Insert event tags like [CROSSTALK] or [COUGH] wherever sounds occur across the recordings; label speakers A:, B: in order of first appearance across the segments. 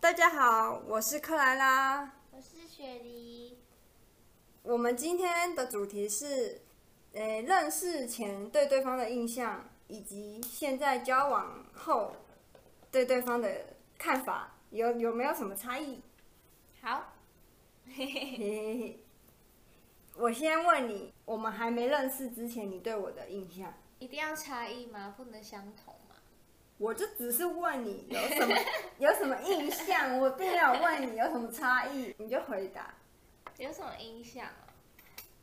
A: 大家好，我是克莱拉。
B: 我是雪梨，
A: 我们今天的主题是，呃、认识前对对方的印象，以及现在交往后对对方的看法，有有没有什么差
B: [LAUGHS]
A: 异？
B: 好，
A: 嘿嘿嘿我先问你，我们还没认识之前，你对我的印象？
B: 一定要差异吗？不能相同吗？
A: 我就只是问你有什
B: [LAUGHS]
A: 么有什么印象，我并没有问你有什么差异，你就回答。
B: 有什么影响哦？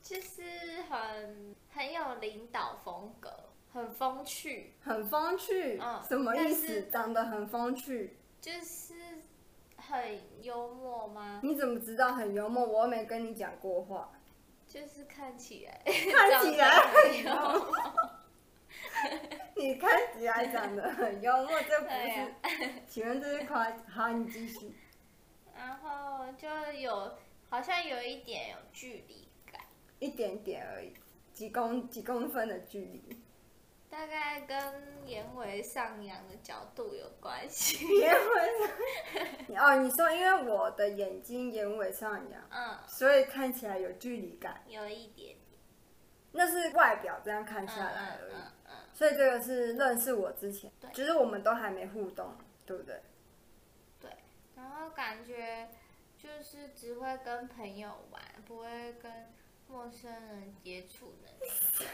B: 就是很很有领导风格，很风趣，
A: 很风趣，
B: 嗯
A: 什么意
B: 但
A: 思？
B: 是
A: 长得很风趣，
B: 就是很幽默吗？
A: 你怎么知道很幽默？我又没跟你讲过话， [LAUGHS]
B: 就是看起来，
A: 看起来很幽
B: 长
A: 默，
B: 得很幽默， [LAUGHS]
A: 你看起来长得很幽默，这不
B: 对呀、 [LAUGHS]
A: 是？请问这是夸？好，你继续。
B: 然后就有好像有一点有距离感，
A: 一点点而已，几公几公分的距离。 [LAUGHS]
B: 大概跟眼尾上扬的角度有关系。
A: 眼尾上，哦，你说因为我的眼睛眼尾上扬，
B: 嗯，
A: 所以看起来有距离感，
B: 有一点，
A: 那是外表这样看
B: 嗯
A: 下来而
B: 嗯
A: 已。
B: 嗯嗯，
A: 所以这个是认识我之前
B: 对，
A: 只是我们都还没互动，对不对？
B: 然后感觉就是只会跟朋友玩，不会跟陌生人接触的，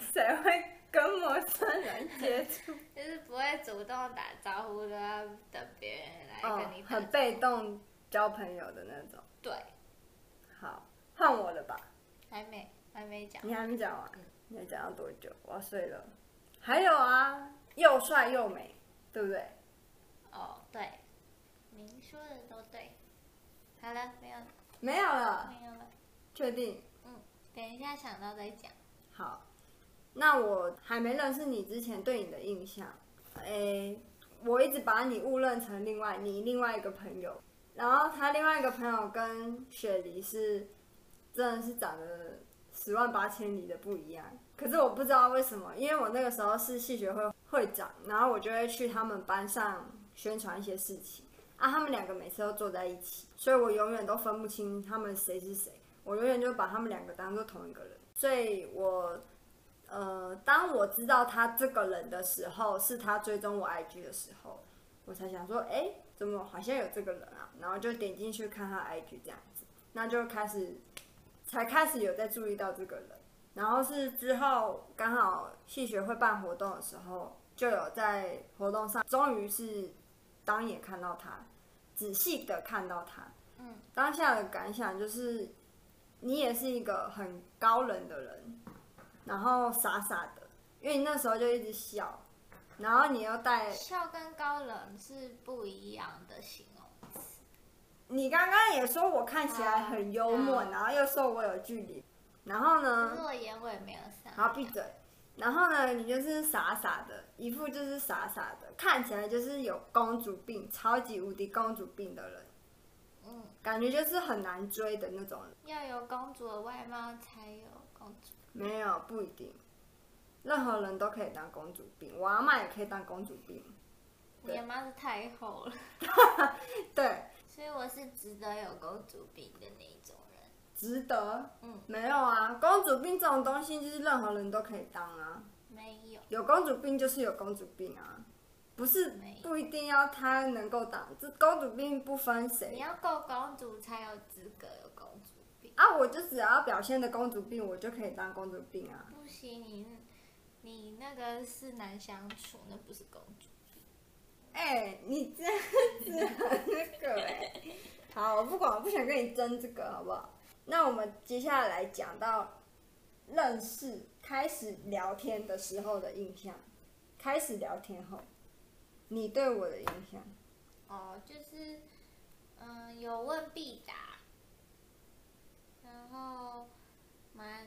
A: 谁会跟陌生人接触？
B: 就是不会主动打招呼的啊，等别人来
A: 哦
B: 跟你，打招呼、
A: 很被动交朋友的那种。
B: 对，
A: 好，换我了吧？
B: 还没还没讲，
A: 你还没讲完
B: 嗯，
A: 你还讲到多久？我要睡了。还有啊，又帅又美，对不对？
B: 哦，对，您说的都对。好了，没有
A: 没有了，
B: 没有了，
A: 确定。
B: 等一下想到再讲。
A: 好，那我还没认识你之前对你的印象，诶，我一直把你误认成另外你另外一个朋友，然后他另外一个朋友跟雪梨是真的是长得十万八千里的不一样。可是我不知道为什么，因为我那个时候是系学会会长，然后我就会去他们班上宣传一些事情啊，他们两个每次都坐在一起，所以我永远都分不清他们谁是谁。我永远就把他们两个当做同一个人，所以我呃，当我知道他这个人的时候，是他追踪我 IG 的时候，我才想说，哎、怎么好像有这个人啊？然后就点进去看他 IG 这样子，那就开始才开始有在注意到这个人。然后是之后刚好系学会办活动的时候，就有在活动上，终于是当眼看到他，仔细的看到他，
B: 嗯，
A: 当下的感想就是，你也是一个很高冷的人，然后傻傻的，因为你那时候就一直笑，然后你又带
B: 笑跟高冷是不一样的形容。
A: 你刚刚也说我看起来很幽默，
B: 嗯
A: 然后又说我有距离，然后呢？
B: 可是我眼尾没有上。
A: 然后闭嘴。然后呢，你就是傻傻的，一副就是傻傻的，看起来就是有公主病，超级无敌公主病的人，
B: 嗯，
A: 感觉就是很难追的那种人。
B: 要有公主的外貌才有公主。
A: 没有，不一定，任何人都可以当公主病，我阿妈也可以当公主病。对
B: 你妈是太后了，
A: 对，
B: 所以我是值得有公主病的那一种人。
A: 值得。
B: 嗯，
A: 没有啊，公主病这种东西就是任何人都可以当啊，
B: 没有，
A: 有公主病就是有公主病啊，不是
B: 没有
A: 不一定要她能够当，这公主病不分谁。
B: 你要够公主才有资格有公主病。
A: 啊，我就只要表现的公主病，我就可以当公主病啊。
B: 不行，你你那个是难相处，那不是公主。
A: 哎、你这样子很那个哎、
B: [LAUGHS]
A: 好，我不管，我不想跟你争这个，好不好？那我们接下来讲到认识、开始聊天的时候的印象。开始聊天后，你对我的印象，
B: 哦，就是嗯，有问必答，然后蛮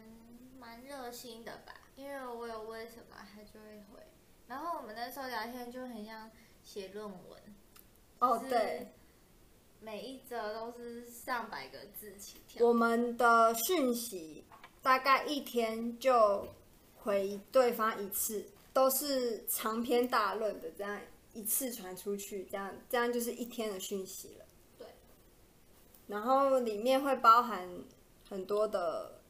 B: 蛮热心的吧，因为我有问什么，他就会回。然后我们那时候聊天就很像写论文。
A: 哦，
B: 是
A: 对，，
B: 每一则都是上百个字起跳。
A: 我们的讯息大概一天就回对方一次，都是长篇大论的这样一次传出去，这样这样就是一天的讯息了。
B: 对。
A: 然后里面会包含很多的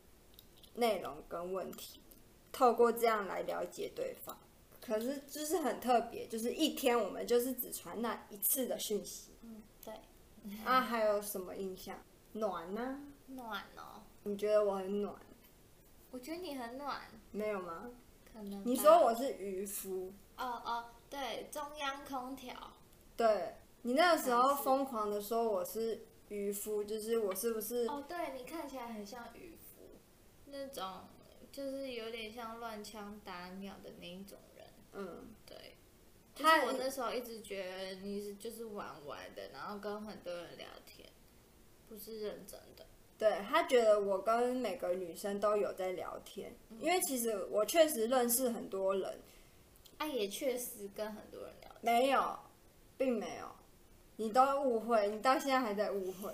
A: 内容跟问题，透过这样来了解对方。可是就是很特别，就是一天我们就是只传那一次的讯息。
B: 嗯，对，
A: 啊，还有什么印象？暖啊呢、
B: 暖哦，
A: 你觉得我很暖？
B: 我觉得你很暖，
A: 没有吗？
B: 可能
A: 你
B: 吧
A: 说我是渔夫，
B: 哦哦，对，中央空调，
A: 对你那个时候
B: 还是
A: 疯狂的说我是渔夫，就是我是不是？
B: 哦，对你看起来很像渔夫，那种就是有点像乱枪打鸟的那一种人。
A: 嗯，
B: 对，就是
A: 他
B: 我那时候一直觉得你是就是玩玩的，然后跟很多人聊天，不是认真的。
A: 对他觉得我跟每个女生都有在聊天，因为其实我确实认识很多人，
B: 啊，也确实跟很多人聊天。
A: 没有，并没有，你都误会，你到现在还在误会，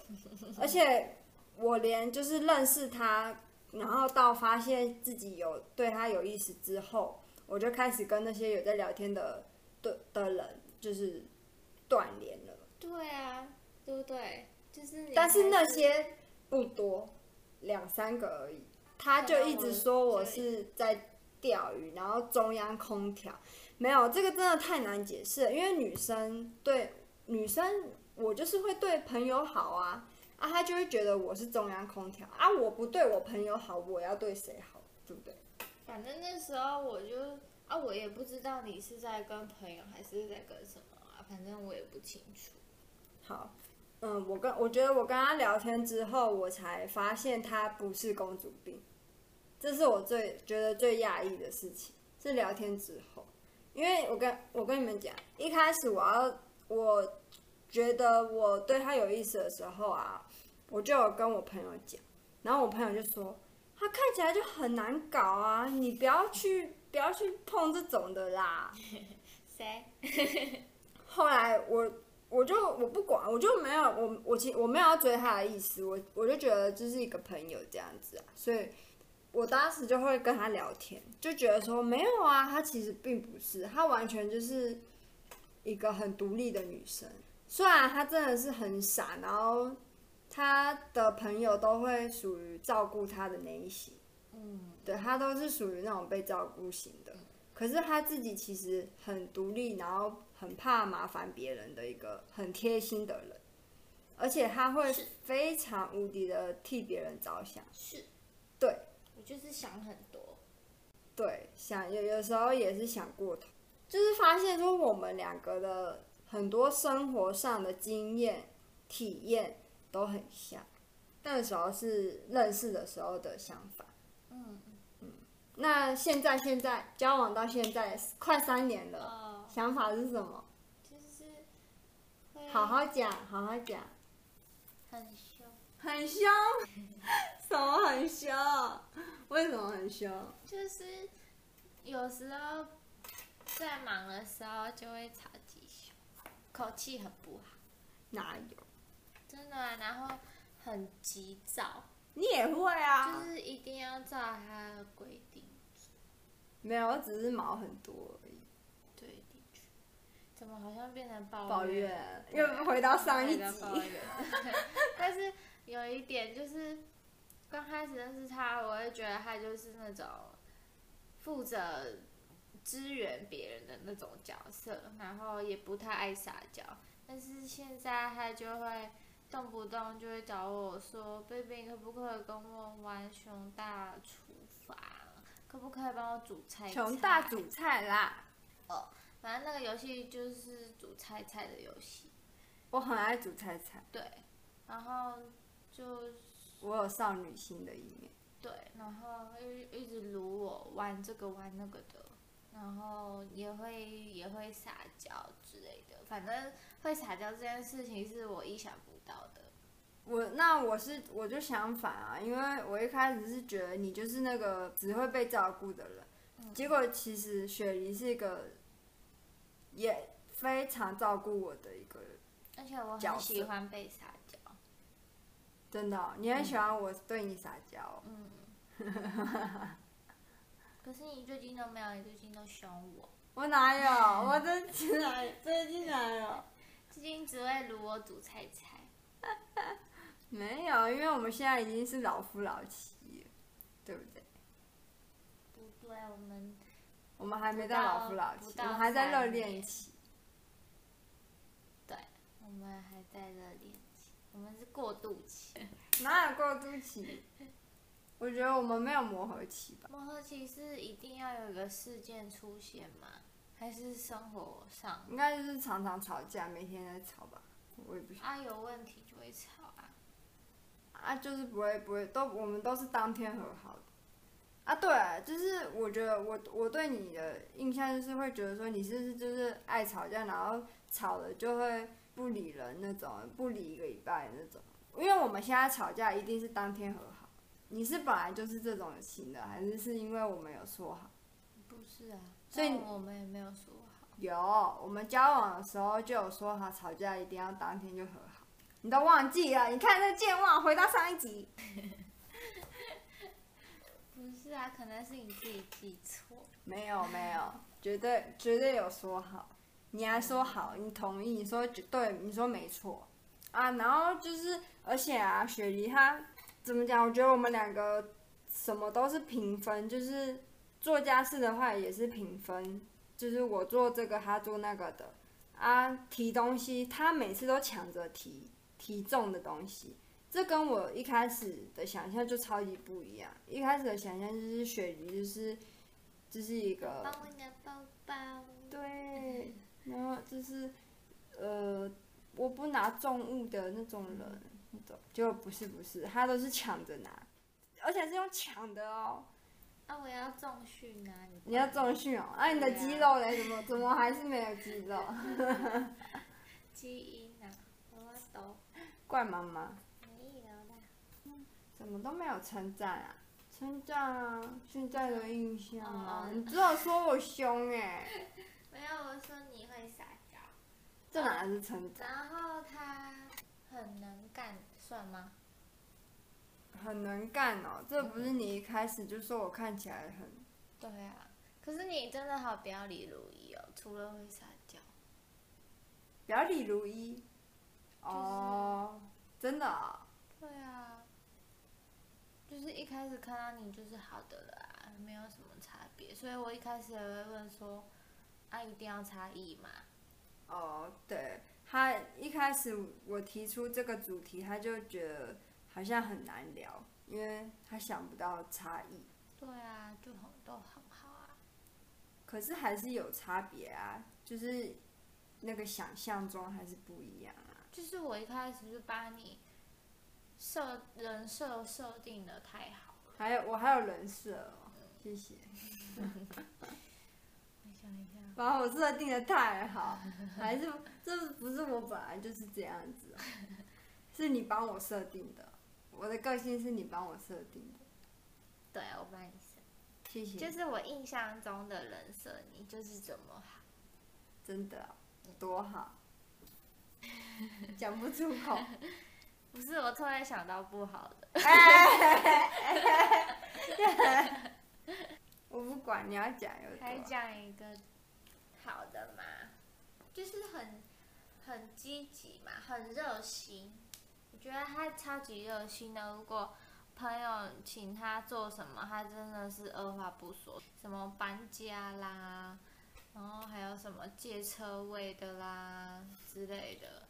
A: 而且我连就是认识他，然后到发现自己有对他有意思之后，我就开始跟那些有在聊天的对的人就是断联了，
B: 对啊，对不对？就是你
A: 但是那
B: 还
A: 些不多，两三个而已。他就一直说我是在钓鱼，然后中央空调。没有，这个真的太难解释了，因为女生对女生，我就是会对朋友好啊，啊，他就会觉得我是中央空调啊，我不对我朋友好，我要对谁好，对不对？
B: 反正那时候我就啊，我也不知道你是在跟朋友还是在跟什么啊，反正我也不清楚。
A: 好，嗯，我跟我觉得我跟他聊天之后，我才发现他不是公主病，这是我最觉得最讶异的事情，是聊天之后，因为我跟我跟你们讲，一开始我要我觉得我对他有意思的时候啊，我就有跟我朋友讲，然后我朋友就说他看起来就很难搞啊，你不要去不要去碰这种的啦。
B: 谁？
A: 后来我我就我不管，我就没有我我其我没有要追他的意思，我我就觉得就是一个朋友这样子啊，所以我当时就会跟他聊天，就觉得说没有啊，她其实并不是，她完全就是一个很独立的女生。虽然她真的是很傻，然后她的朋友都会属于照顾她的那一型，
B: 嗯，
A: 对她都是属于那种被照顾型的，可是她自己其实很独立，然后很怕麻烦别人的一个很贴心的人，而且她会
B: 是
A: 非常无敌的替别人着想，
B: 是
A: 对
B: 我就是想很多。
A: 对，想有有时候也是想过头，就是发现说我们两个的很多生活上的经验体验都很像，那时候是认识的时候的想法。
B: 嗯，
A: 那现在现在交往到现在快三年了，
B: 哦，
A: 想法是什么？
B: 就是会
A: 好好讲，好好讲。
B: 很凶，
A: 很凶，什么很凶？为什么很凶？
B: 就是有时候在忙的时候就会吵鸡胸，口气很不好，
A: 哪有？
B: 真的、啊，然后很急躁，
A: 你也会啊？
B: 就是一定要照他的规定。
A: 没有，我只是毛很多而已。
B: 对，的确。怎么好像变成抱
A: 抱
B: 怨？
A: 怨，又回到上一
B: [LAUGHS] 对
A: 集。
B: 抱怨但是有一点就是，刚开始认识他，我会觉得他就是那种负责支援别人的那种角色，然后也不太爱撒娇。但是现在他就会动不动就会找我说：“baby，可不可以跟我玩熊大厨房？可不可以帮我煮菜？”
A: 穷大主菜啦，
B: 反正那个游戏就是煮菜菜的游戏，
A: 我很爱煮菜菜，
B: 对，然后就
A: 我有少女心的一面。
B: 对，然后一一直撸我玩这个玩那个的，然后也会也会撒娇之类的，反正会撒娇这件事情是我意想不到的，
A: 我那我是我就相反啊，因为我一开始是觉得你就是那个只会被照顾的人，
B: 嗯
A: 结果其实雪梨是一个也非常照顾我的一个人，
B: 而且我
A: 角
B: 很
A: 色
B: 喜欢被撒娇，
A: 真的哦、你
B: 嗯
A: 很喜欢我对你撒娇哦、
B: 嗯。可是你最近都没有，你最近都凶我，
A: 我哪有？我这
B: [LAUGHS]
A: 竟然最近哪有？
B: 最近只会卤我煮菜菜。
A: 没有，因为我们现在已经是老夫老妻了，对不对？
B: 不对，我们
A: 我们还没到老夫老
B: 不
A: 妻，
B: 到
A: 我们还在热
B: 三
A: 恋
B: 年
A: 期。
B: 对，我们还在热恋期，我们是过渡期。
A: 哪有过渡期？我觉得我们没有磨合期吧。
B: 磨合期是一定要有一个事件出现吗？还是生活上
A: 应该就是常常吵架，每天在吵吧。我也不想
B: 啊有问题就会吵啊？
A: 啊，就是不会不会都我们都是当天和好的啊。对啊就是我觉得我我对你的印象就是会觉得说你是不是就是爱吵架，然后吵了就会不理人那种，不理一个礼拜那种。因为我们现在吵架一定是当天和好，你是本来就是这种型的，还是是因为我们有说好？
B: 不是啊，
A: 所以
B: 但
A: 你
B: 我们也没有说好。
A: 有，我们交往的时候就有说好，吵架一定要当天就和好。你都忘记了？你看那健忘，回到上一集。
B: 不是啊，可能是你自己记错。
A: 没有没有，绝对绝对有说好。你还说好，你同意，你说绝对，你说没错啊。然后就是，而且啊，雪梨她怎么讲？我觉得我们两个什么都是平分，就是做家事的话也是平分，就是我做这个，她做那个的啊。提东西，她每次都抢着提提重的东西。这跟我一开始的想象就超级不一样。一开始的想象就是雪梨就是就是一个
B: 帮我拿包包。
A: 对，然后就是呃，我不拿重物的那种人，那种就不是不是，他都是抢着拿，而且是用抢的哦。
B: 啊，我要重训啊！你
A: 你要重训哦，那、你的
B: 对啊
A: 肌肉嘞？怎么怎么还是没有肌肉？
B: 基因啊，我要抖。
A: 怪妈妈，
B: 没有啦，
A: 怎么都没有称赞啊？称赞啊，现在的印象啊，
B: 哦
A: 你只有说我凶哎、
B: 没有。我说你会撒娇，
A: 这哪是称赞？
B: 然后他很能干，算吗？
A: 很能干哦，这不是你一开始就说我看起来很
B: 对啊，可是你真的好不要理如意哦，除了会撒娇，
A: 表里如一。哦，真的啊、
B: 对啊，就是一开始看到你就是好的了啊，没有什么差别，所以我一开始也会问说，啊，一定要差异嘛？
A: 哦，对，他一开始我提出这个主题，他就觉得好像很难聊，因为他想不到差异，
B: 对啊，就很都很好啊，
A: 可是还是有差别啊，就是那个想象中还是不一样啊。
B: 就是我一开始就把你设人设设定的太好了，
A: 还有我还有人设哦，谢谢，
B: 我想一下，
A: 把我设定的太好，还是这不是我本来就是这样子哦、是你帮我设定的，我的个性是你帮我设定的。
B: 对啊我帮你设，
A: 谢谢，
B: 就是我印象中的人设，你就是怎么好。
A: 真的啊多好，讲不出口。
B: 不是，我突然想到不好的。
A: 我不管你要讲有
B: 还
A: 多好，
B: 讲一个好的嘛，就是很很积极嘛，很热心。我觉得他超级热心的。如果朋友请他做什么，他真的是二话不说，什么搬家啦，然后还有什么借车位的啦之类的，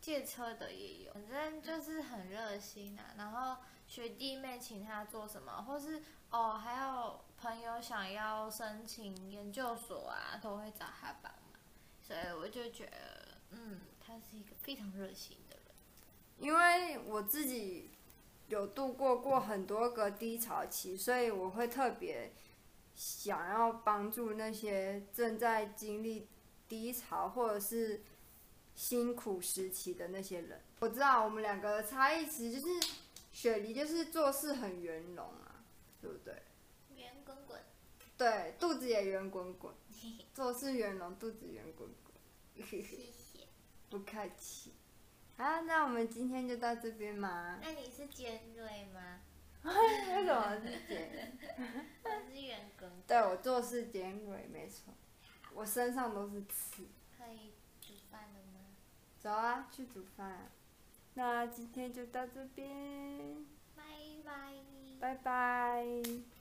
B: 借车的也有，反正就是很热心啊。然后学弟妹请他做什么，或是哦，还有朋友想要申请研究所啊，都会找他帮忙，所以我就觉得，嗯，他是一个非常热心的人。
A: 因为我自己有度过过很多个低潮期，所以我会特别想要帮助那些正在经历低潮或者是辛苦时期的那些人。我知道我们两个的差异其实就是雪梨就是做事很圆融啊，对不对？
B: 圆滚滚，
A: 对，肚子也圆滚滚，做事圆融，肚子圆滚滚，
B: 谢谢。
A: 不客气。好，那我们今天就到这边嘛。
B: 那你是尖锐 [LAUGHS] 吗？
A: [LAUGHS] 为什么是尖？
B: 我是圆滚滚。
A: 对我做事尖锐，没错。我身上都是刺。
B: 可以煮饭了吗？
A: 走啊，去煮饭啊、那今天就到这边，
B: 拜拜。
A: 拜拜。